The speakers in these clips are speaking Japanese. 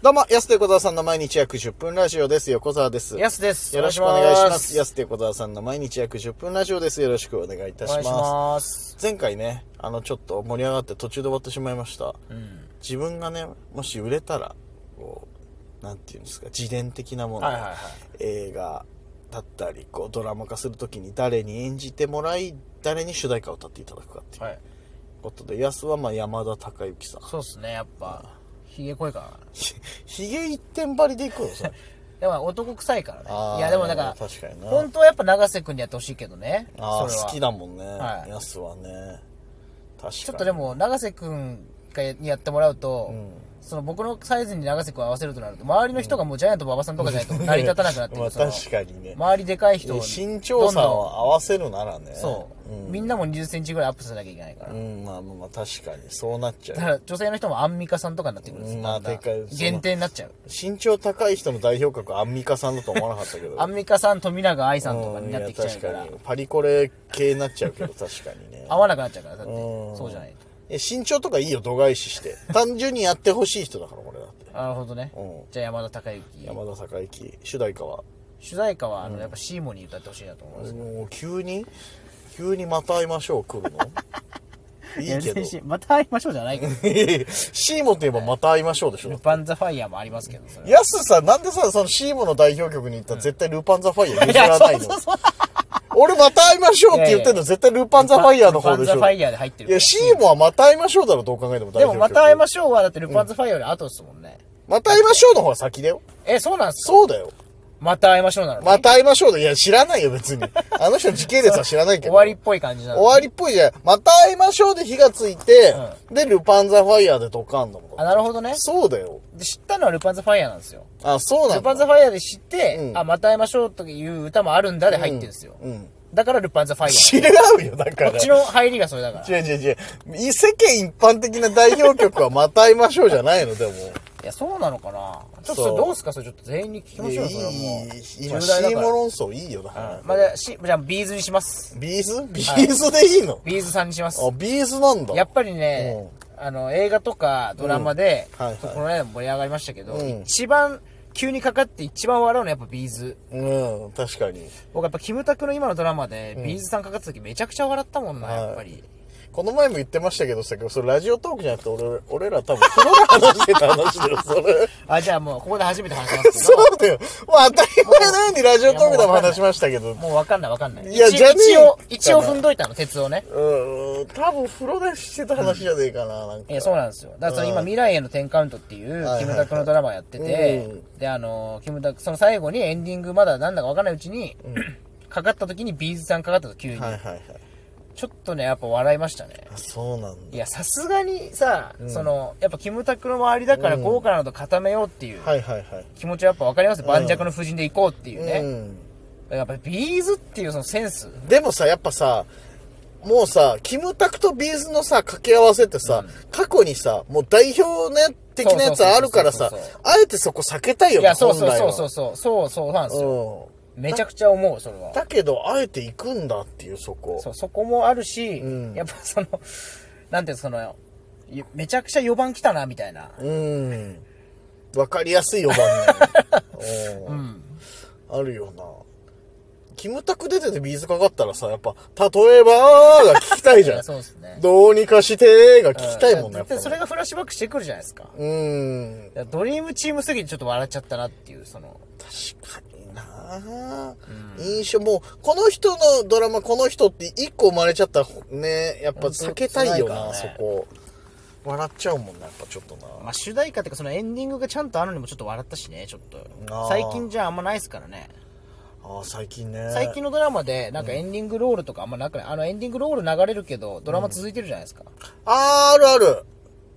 どうも、安手小沢さんの毎日約10分ラジオです。横澤です。やすです。よろしくお願いします。や安手小沢さんの毎日約10分ラジオです。よろしくお願いいたおしま願いす。します。前回ね、あの、ちょっと盛り上がって途中で終わってしまいました。うん。自分がね、もし売れたら、こう、なんていうんですか、自伝的なもの、はいはいはい。映画だったり、こう、ドラマ化するときに誰に演じてもらい、誰に主題歌を歌っていただくかっていうはい。ことで、安はまあ山田孝之さん。 そうっすね、やっぱ、ひげ濃いからな。ひひげ一点張りでいくのさ。やっぱ男臭いからあーね。いや、でもなんか、確かにな本当はやっぱ永瀬くんにやってほしいけどね。ああそれは好き。だもんね、はいやすはね確かにちょっとでも、永瀬くんがやにやってもらうと、んその僕のサイズに永瀬くんを合わせるとなると、周りの人がもうジャイアント馬場さんとかじゃないと成り立たなくなって くまある。その確かにね、周りでかい人を身長差を合わせるならねそう、んみんなも20センチぐらいアップさなきゃいけないから。うんまあまあまあ確かにそうなっちだゃかうら女性の人もアンミカさんとかになってくるんですよ。まあだんだんでかいその限定になっちゃう。身長高い人の代表格はアンミカさんだと思わなかったけど アンミカさん、富永愛さんとかうんになってきちゃうからいや確、にパリコレ系になっちゃうけど確かにね合わなくなっちゃうから、だって、うんそうじゃないと。え身長とかいいよ度外視して単純にやってほしい人だから俺だってなるほどねうん。じゃあ山田孝之。山田孝之主題歌は主題歌は、あの、やっぱシーモンに歌ってほしいなと思います。もう急に急にまた会いましょう来る のいいけど全然また会いましょうじゃないけど。 シーモンといえばまた会いましょうでしルょパンザファイヤーもありますけど、それは。ヤスさなんでさそのシーモンの代表曲に行ったら絶対ルパンザファイヤーい譲らないのそうそうそう。俺また会いましょうって言ってんいやいの絶対ルパンザファイヤーの方でしょルパンザファイヤーで入ってるいやシーモンはまた会いましょうだろどう考えても代で表も、曲また会いましょうは、だってルパンザファイヤーより後ですもんね。また会いましょうの方は先だよえ、そうなんすかそうだよまた会いましょうなのにまた会いましょうだいや知らないよ別にあの人の時系列は知らないけ終どわりっぽい感じなの終。わりっぽいじゃんまた会いましょうで火がついて、でルパンザファイヤーでドカンだもんあ、なるほどね。そうだよ。で知ったのはルパンザファイヤーなんですよ。あ、そうなんルパンだ。ザファイヤーで知って、うんあ、また会いましょうという歌もあるんだで入ってるんですよ。うん。だからルパンザファイヤー。違うよ、だから。こっちの入りがそれだから。い違う違う違う。世間一般的な代表曲はまた会いましょうじゃないの、でも。や、そうなのかなちょっとそそうれどうすかそれちょっと全員に聞きまいしやょういよ、それはもう。い、今、重シ大だーかモら。ロンソーいいよ、だから。まあ、じゃあし、じゃあ、ビーズにします。ビーズビーズでいいのビーズさんにしますあ。、ビーズなんだ。やっぱりね、あの、映画とかドラマで、うんはいはいこの間も盛り上がりましたけど、うん一番、急にかかって一番笑うのはやっぱビーズ。うん、確かに。僕やっぱキムタクの今のドラマで、ビーズさんかかった時めちゃくちゃ笑ったもんな、はいやっぱり。この前も言ってましたけどさ、それラジオトークじゃなくて、俺、俺ら多分、プロが話してた話だよ、それ。あ、じゃあもうここで初めて話しますけそど、うだよ。もう当たり前のようにラジオトークでも話しましたけど、もうわかんないわかんない。いや一じゃねえ一応、一応かな踏んどいたの、鉄をね。うん、多分風呂でしてた話じゃねえかな、なんか。えそうなんですよ。だからその今、うん未来への10カウントっていうはいはい、キムタクのドラマやっててう、で、あのー、キムタク、その最後にエンディングまだなんだかわかんないうちに、かかった時にビーズさんかかったと急に。はいはいはい。ちょっとね、やっぱ笑いましたね。あ、そうなんいだ。や、さすがにさ、その、やっぱキムタクの周りだから豪華なのと固めようっていうはいはいはい。気持ちはやっぱわかりますよ盤石の夫人で行こうっていうね。うやっぱビーズっていうそのセンス。ん。でもさ、やっぱさ、もうさ、キムタクとビーズのさ、掛け合わせってさ、過去にさ、もう代表ね、的なやつあるからさそうそうそうそう、あえてそこ避けたいよいね、や、そうそう本来そはうそうそう。そうそうなんですよ。うめちゃくちゃ思う、それはん。。だけど、あえて行くんだっていう、そこ。そう、そこもあるし、うんやっぱその、なんていうのその、いめちゃくちゃ4番来たな、みたいな。うん。わかりやすい4番ね。う。うんん。あるよな。キムタク出ててビーズかかったらさ、やっぱ、例えばーが聞きたいじいゃやん。 そうですね。どうにかしてーが聞きたいもんね、やっぱでね。それがフラッシュバックしてくるじゃないですか。だかうーん。らドリームチームすぎてちょっと笑っちゃったなっていう、その、確かにな、印象、もう、この人のドラマ、この人って一個生まれちゃったら、ね、やっぱ避けたいよな、本当辛いかそらねこ。笑っちゃうもんな、やっぱちょっとな。まあ、主題歌っていうかそのエンディングがちゃんとあるのもちょっと笑ったしね、ちょっあーと。最近じゃあんまないですからね。ああ、最近ね。最近のドラマで、なんかエンディングロールとかあんまなくない、あのエンディングロール流れるけど、ドラマ続いてるじゃないですか。あー、あるある。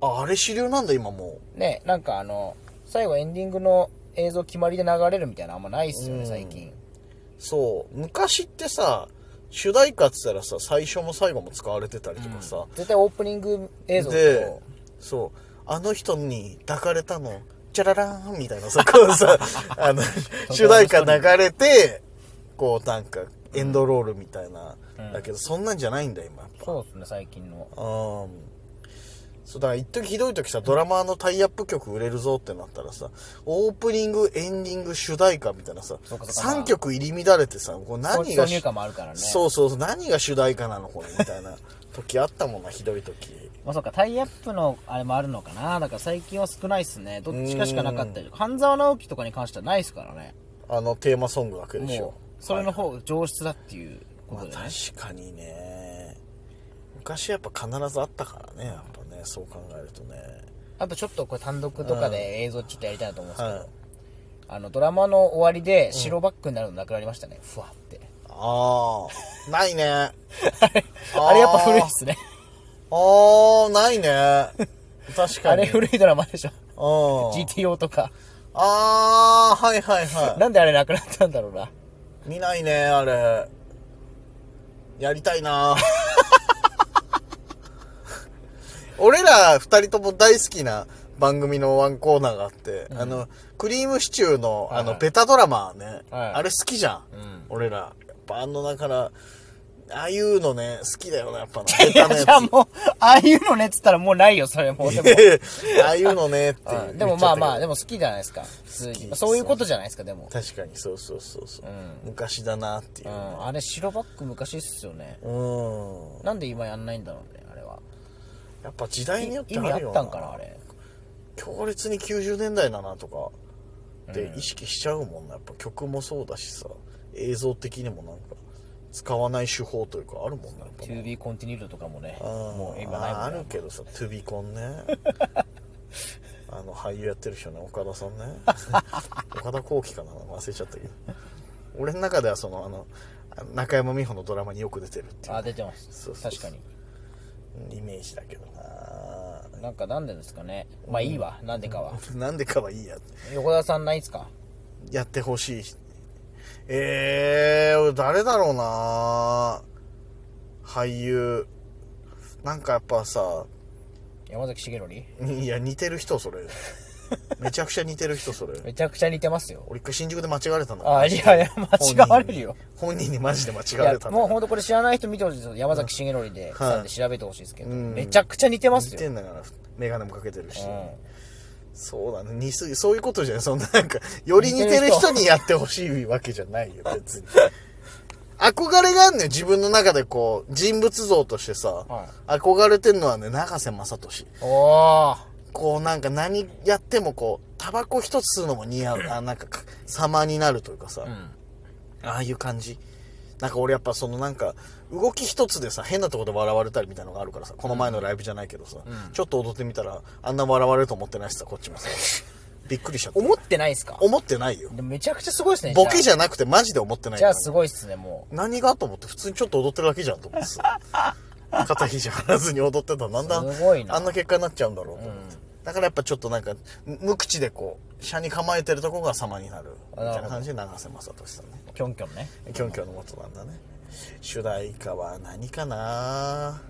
あ、あれ主流なんだ、今もねなんかあの最後エンディングの映像決まりで流れるみたいなのあんまないっすよね、最う。近そう。昔ってさ、主題歌って言ったらさ、最初も最後も使われてたりとかさ、絶対オープニング映像でと、そう、あの人に抱かれたの、チャララーンみたいな、そこをさ、あの、主題歌流れて、こう、なんか、エンドロールみたいな。だけど、そんなんじゃないんだ、今。そうですね最近のうん。そうだから一時ひどい時さドラマーのタイアップ曲売れるぞってなったらさオープニングエンディング主題歌みたいなさそうかそうか3曲入り乱れてさこう何が挿入歌もあるからねそうそうそう何が主題歌なのこれみたい な時あったもんなひどい時まあそうか、タイアップのあれもあるのかな。だから最近は少ないっすね。どっちかしかなかったりとか。半沢直樹とかに関してはないっすからね。あのテーマソングが来るでしょもう、それの方が上質だっていうこまあとでね。確かにね昔やっぱ必ずあったからねやっぱねそう考えるとねあとちょっとこれ単独とかで映像ちょっとやりたいなと思うんですけど、はいあの、ドラマの終わりで白バックになるのなくなりましたね。ふわって。ああないねーあれやっぱ古いっすね。ああない ね確かあにれ古いドラマでしょ。うん GTO とか。あー、はいはいはなんであれなくなったんだろうな。い。見ないね、あれ。やりたいな 俺ら二人とも大好きな番組のワンコーナーがあって、あの、クリームシチューの、あはいの、はいベタドラマね、はいあれ好きじゃん。ん俺ら。やっぱあの、だから、ああいうのね、好きだよな、やっぱな。ベいタや、なやじつゃあもう、ああいうのねっつったらもうないよ、それもう。でも ああいうのね、っていううんでもまあまあ、でも。も好きじゃないですか。普通好きに。そういうことじゃないですか、でも。確かに、そうそうそうそう、う昔だな、っていううね、ん。あれ、白バック昔っすよね。うん。なんで今やんないんだろうね、あれは。やっぱ時代によって意ある味よあなったんかな、あれ。強烈に90年代だなとかって意識しちゃうもんなやっぱ曲もそうだしさ映像的にもなんか使わない手法というかあるもんなやっぱ To be continued とかもね。あーもう今ないあもんーあねる。けどさ「トゥビコン ね」あの俳優やってる人ね岡田さんね 岡田浩輝かな忘れちゃったけど俺の中ではそのあの中山美穂のドラマによく出てるっていあー、出てますそう。そうそう確かに。うイメージだけどななんかなんでですかね。まあいいわ、なんでかは。なんでかはいいや横田さんないっすかやってほしい。えー、俺誰だろうな俳優。なんかやっぱさ、山崎茂典いや、似てる人、それ。めちゃくちゃ似てる人、それ。めちゃくちゃ似てますよ。俺一回新宿で間違われたの。あー、いやいや、間違われるよ。本人にマジで間違いわやれた、の。もうほんとこれ知らない人見てほしいですよ。山崎茂典で、はいさんで調べてほしいですけど。うんめちゃくちゃ似てます似よて。んだから、メガネもかけてるし。うんそうだね。似すぎ、そういうことじゃない。そんな、なんか、より似てる人にやってほしいわけじゃないよ、別に。憧れがあんねん、自分の中でこう、人物像としてさ、は憧れてんのはね、長瀬正俊。おー。こう、なんか何やってもこう、タバコ一つ吸うのも似合う。あ、なんか、様になるというかさ、うん。ああいう感じ。なんか俺やっぱそのなんか、動き一つでさ、変なとこで笑われたりみたいなのがあるからさ、この前のライブじゃないけどさ、ちょっと踊ってみたら、あんな笑われると思ってないしさ、こっちもさ、びっくりしちゃった。思ってないっすか思ってないよ。でもめちゃくちゃすごいっすね。ボケじじゃなくてマジで思ってないかゃあじゃらあすごいっすね、も何がと思って普通にちょっと踊ってるだけじゃんと思って さ肩肘張らずに踊ってたらなんだすごいなあんな結果になっちゃうんだろうと思って、だからやっぱちょっとなんかむ無口でこう車に構えてるとこが様になるみたいな感じで長瀬正俊さんねう。キョンキョンね。キョンキョンの元なんだね主題歌は何かな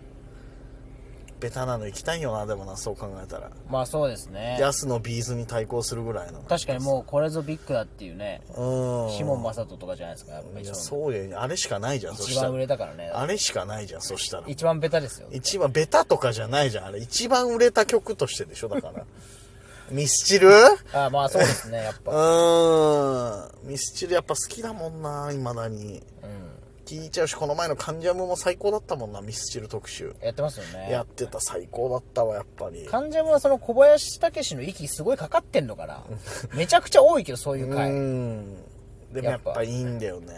ベタなの行きたいよなでもなそう考えたらまあそうですね。ヤスのビーズに対抗するぐらいの確かにもうこれぞビッグだっていうね。うんシモン・マサトとかじゃないですか、やっぱい一や番そうやあれしかないじゃんそ一した番ら売れたからね。あれしかないじゃんそしたら一番ベタですよ。一番ベタとかじゃないじゃんあれ一番売れた曲としてでしょだから ミスチルうああまあそうですね、やっ ぱ。ーんミスチルやっぱ好きだもんないまだにうん。聞いちゃうしこの前の「関ジャム」も最高だったもんなミスチル特集やってますよね。やってた最高だったわやっぱり関ジャムはその小林武史の息すごいかかってんのかなめちゃくちゃ多いけど、そういうう回。ーんでもやっやっぱぱいいんだよね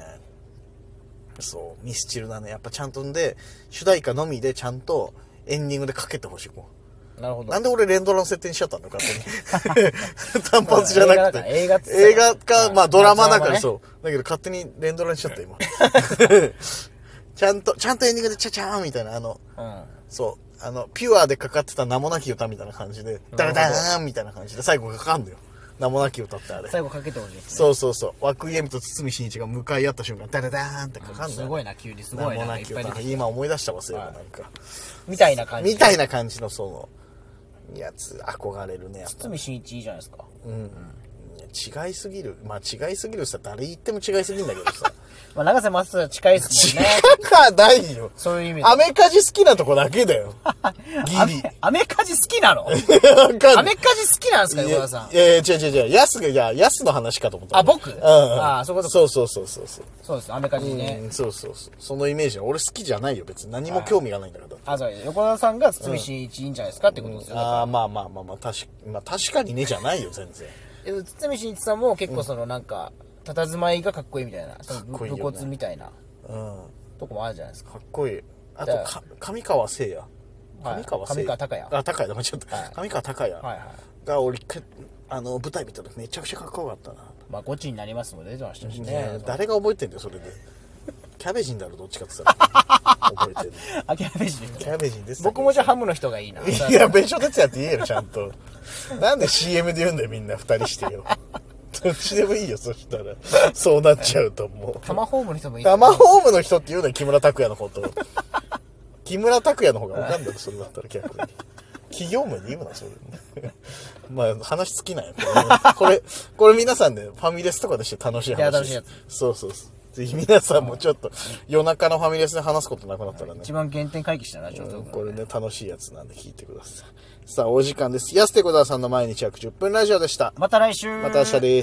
そうミスチルだねやっぱちゃんとんで主題歌のみでちゃんとエンディングでかけてほしいもうなるほどな。んで俺連ドラの設定にしちゃったの勝 手に。単発じゃなくて。映画だから映映画画っつったらか、まあドラマだかドラマらねそう。だけど勝手に連ドラにしちゃった 今。ちゃんと、ちゃんとエンディングでチャチャーンみたいな、あの、うん。そう、あの、ピュアでかかってた名もなき歌みたいな感じで、ダラダラーンみたいな感じで最後かかんのよ。名もなき歌ってあれ。最後かけてほしいですね。そうそうそう。涌井絵美と堤真一が向かい合った瞬間、ダラダーンってかかんのすよ。ごいな、急に。す名ごいもな。ないきっぱい出て歌。き今思い出したわ、そういえばなんか。たみたいな感じ。みたいな感じのその、やつ、憧れるね、やっぱ。堤真一いいじゃないですか。うん、違いすぎるまあ違いすぎるさ誰言っても違いすぎんだけどさまあ、長瀬松は近いですもんね。違か ないよそういう意味でアメカジ好きなとこだけだ よギリアメカジ好きなのわかアんなメいカジ好きなんですか、横田さんい。やいや違う違う違うヤスがいやヤスの話かと思ったあ僕うんあーそういうことかそうそうそうそうそうそうです、アメカジね。うんそうそうそうそのイメージは俺好きじゃないよ別に何も興味がないんだからあ、そう横田さんが堤真一いいんじゃないですかってことですよ。ああまあまあまあまあ確かまあ確かにねじゃないよ全然でも堤真一さんも結構そのなんか、佇まいがかっこいいみたいな、そのかっこいいよね武骨みたいなうんとこもあるじゃないですか。かっこいいあとだか上川誠也はい上川誠也上川隆也あ高也だ間違った、はい上川高也はいはい。が俺一回あの舞台見た時めちゃくちゃかっこよかったなまあ、ゴチになりますも出てましたしねね。誰が覚えてんだよそれでキャベジンだろどっちかって言 ったら覚えてるあ、キャベジの 人キャベジンです僕もじゃあハムの人が いいな。いや、別所哲也って言えよ、ちゃんと。なんで CM で言うんだよ、みんな、二人してよ。どっちでもいいよ、そしたら。そうなっちゃうと、もタう。マホームの人もいい。タマホームの人って言うのよ、木村拓哉のこと。木村拓哉の方がわかんないそれだったら逆に。企業名で言うな、それ。まあ、話尽きないよこれ、これ、これ皆さんね、ファミレスとかでして楽しい話です。いや楽しいやそうそうそう。ぜひ皆さんもちょっと、夜中のファミレスで話すことなくなったらね。一番原点回帰したな、ちょっと。これね、楽しいやつなんで聞いてください。さあ、お時間です。安手小沢さんの毎日約10分ラジオでした。また来週また明日です。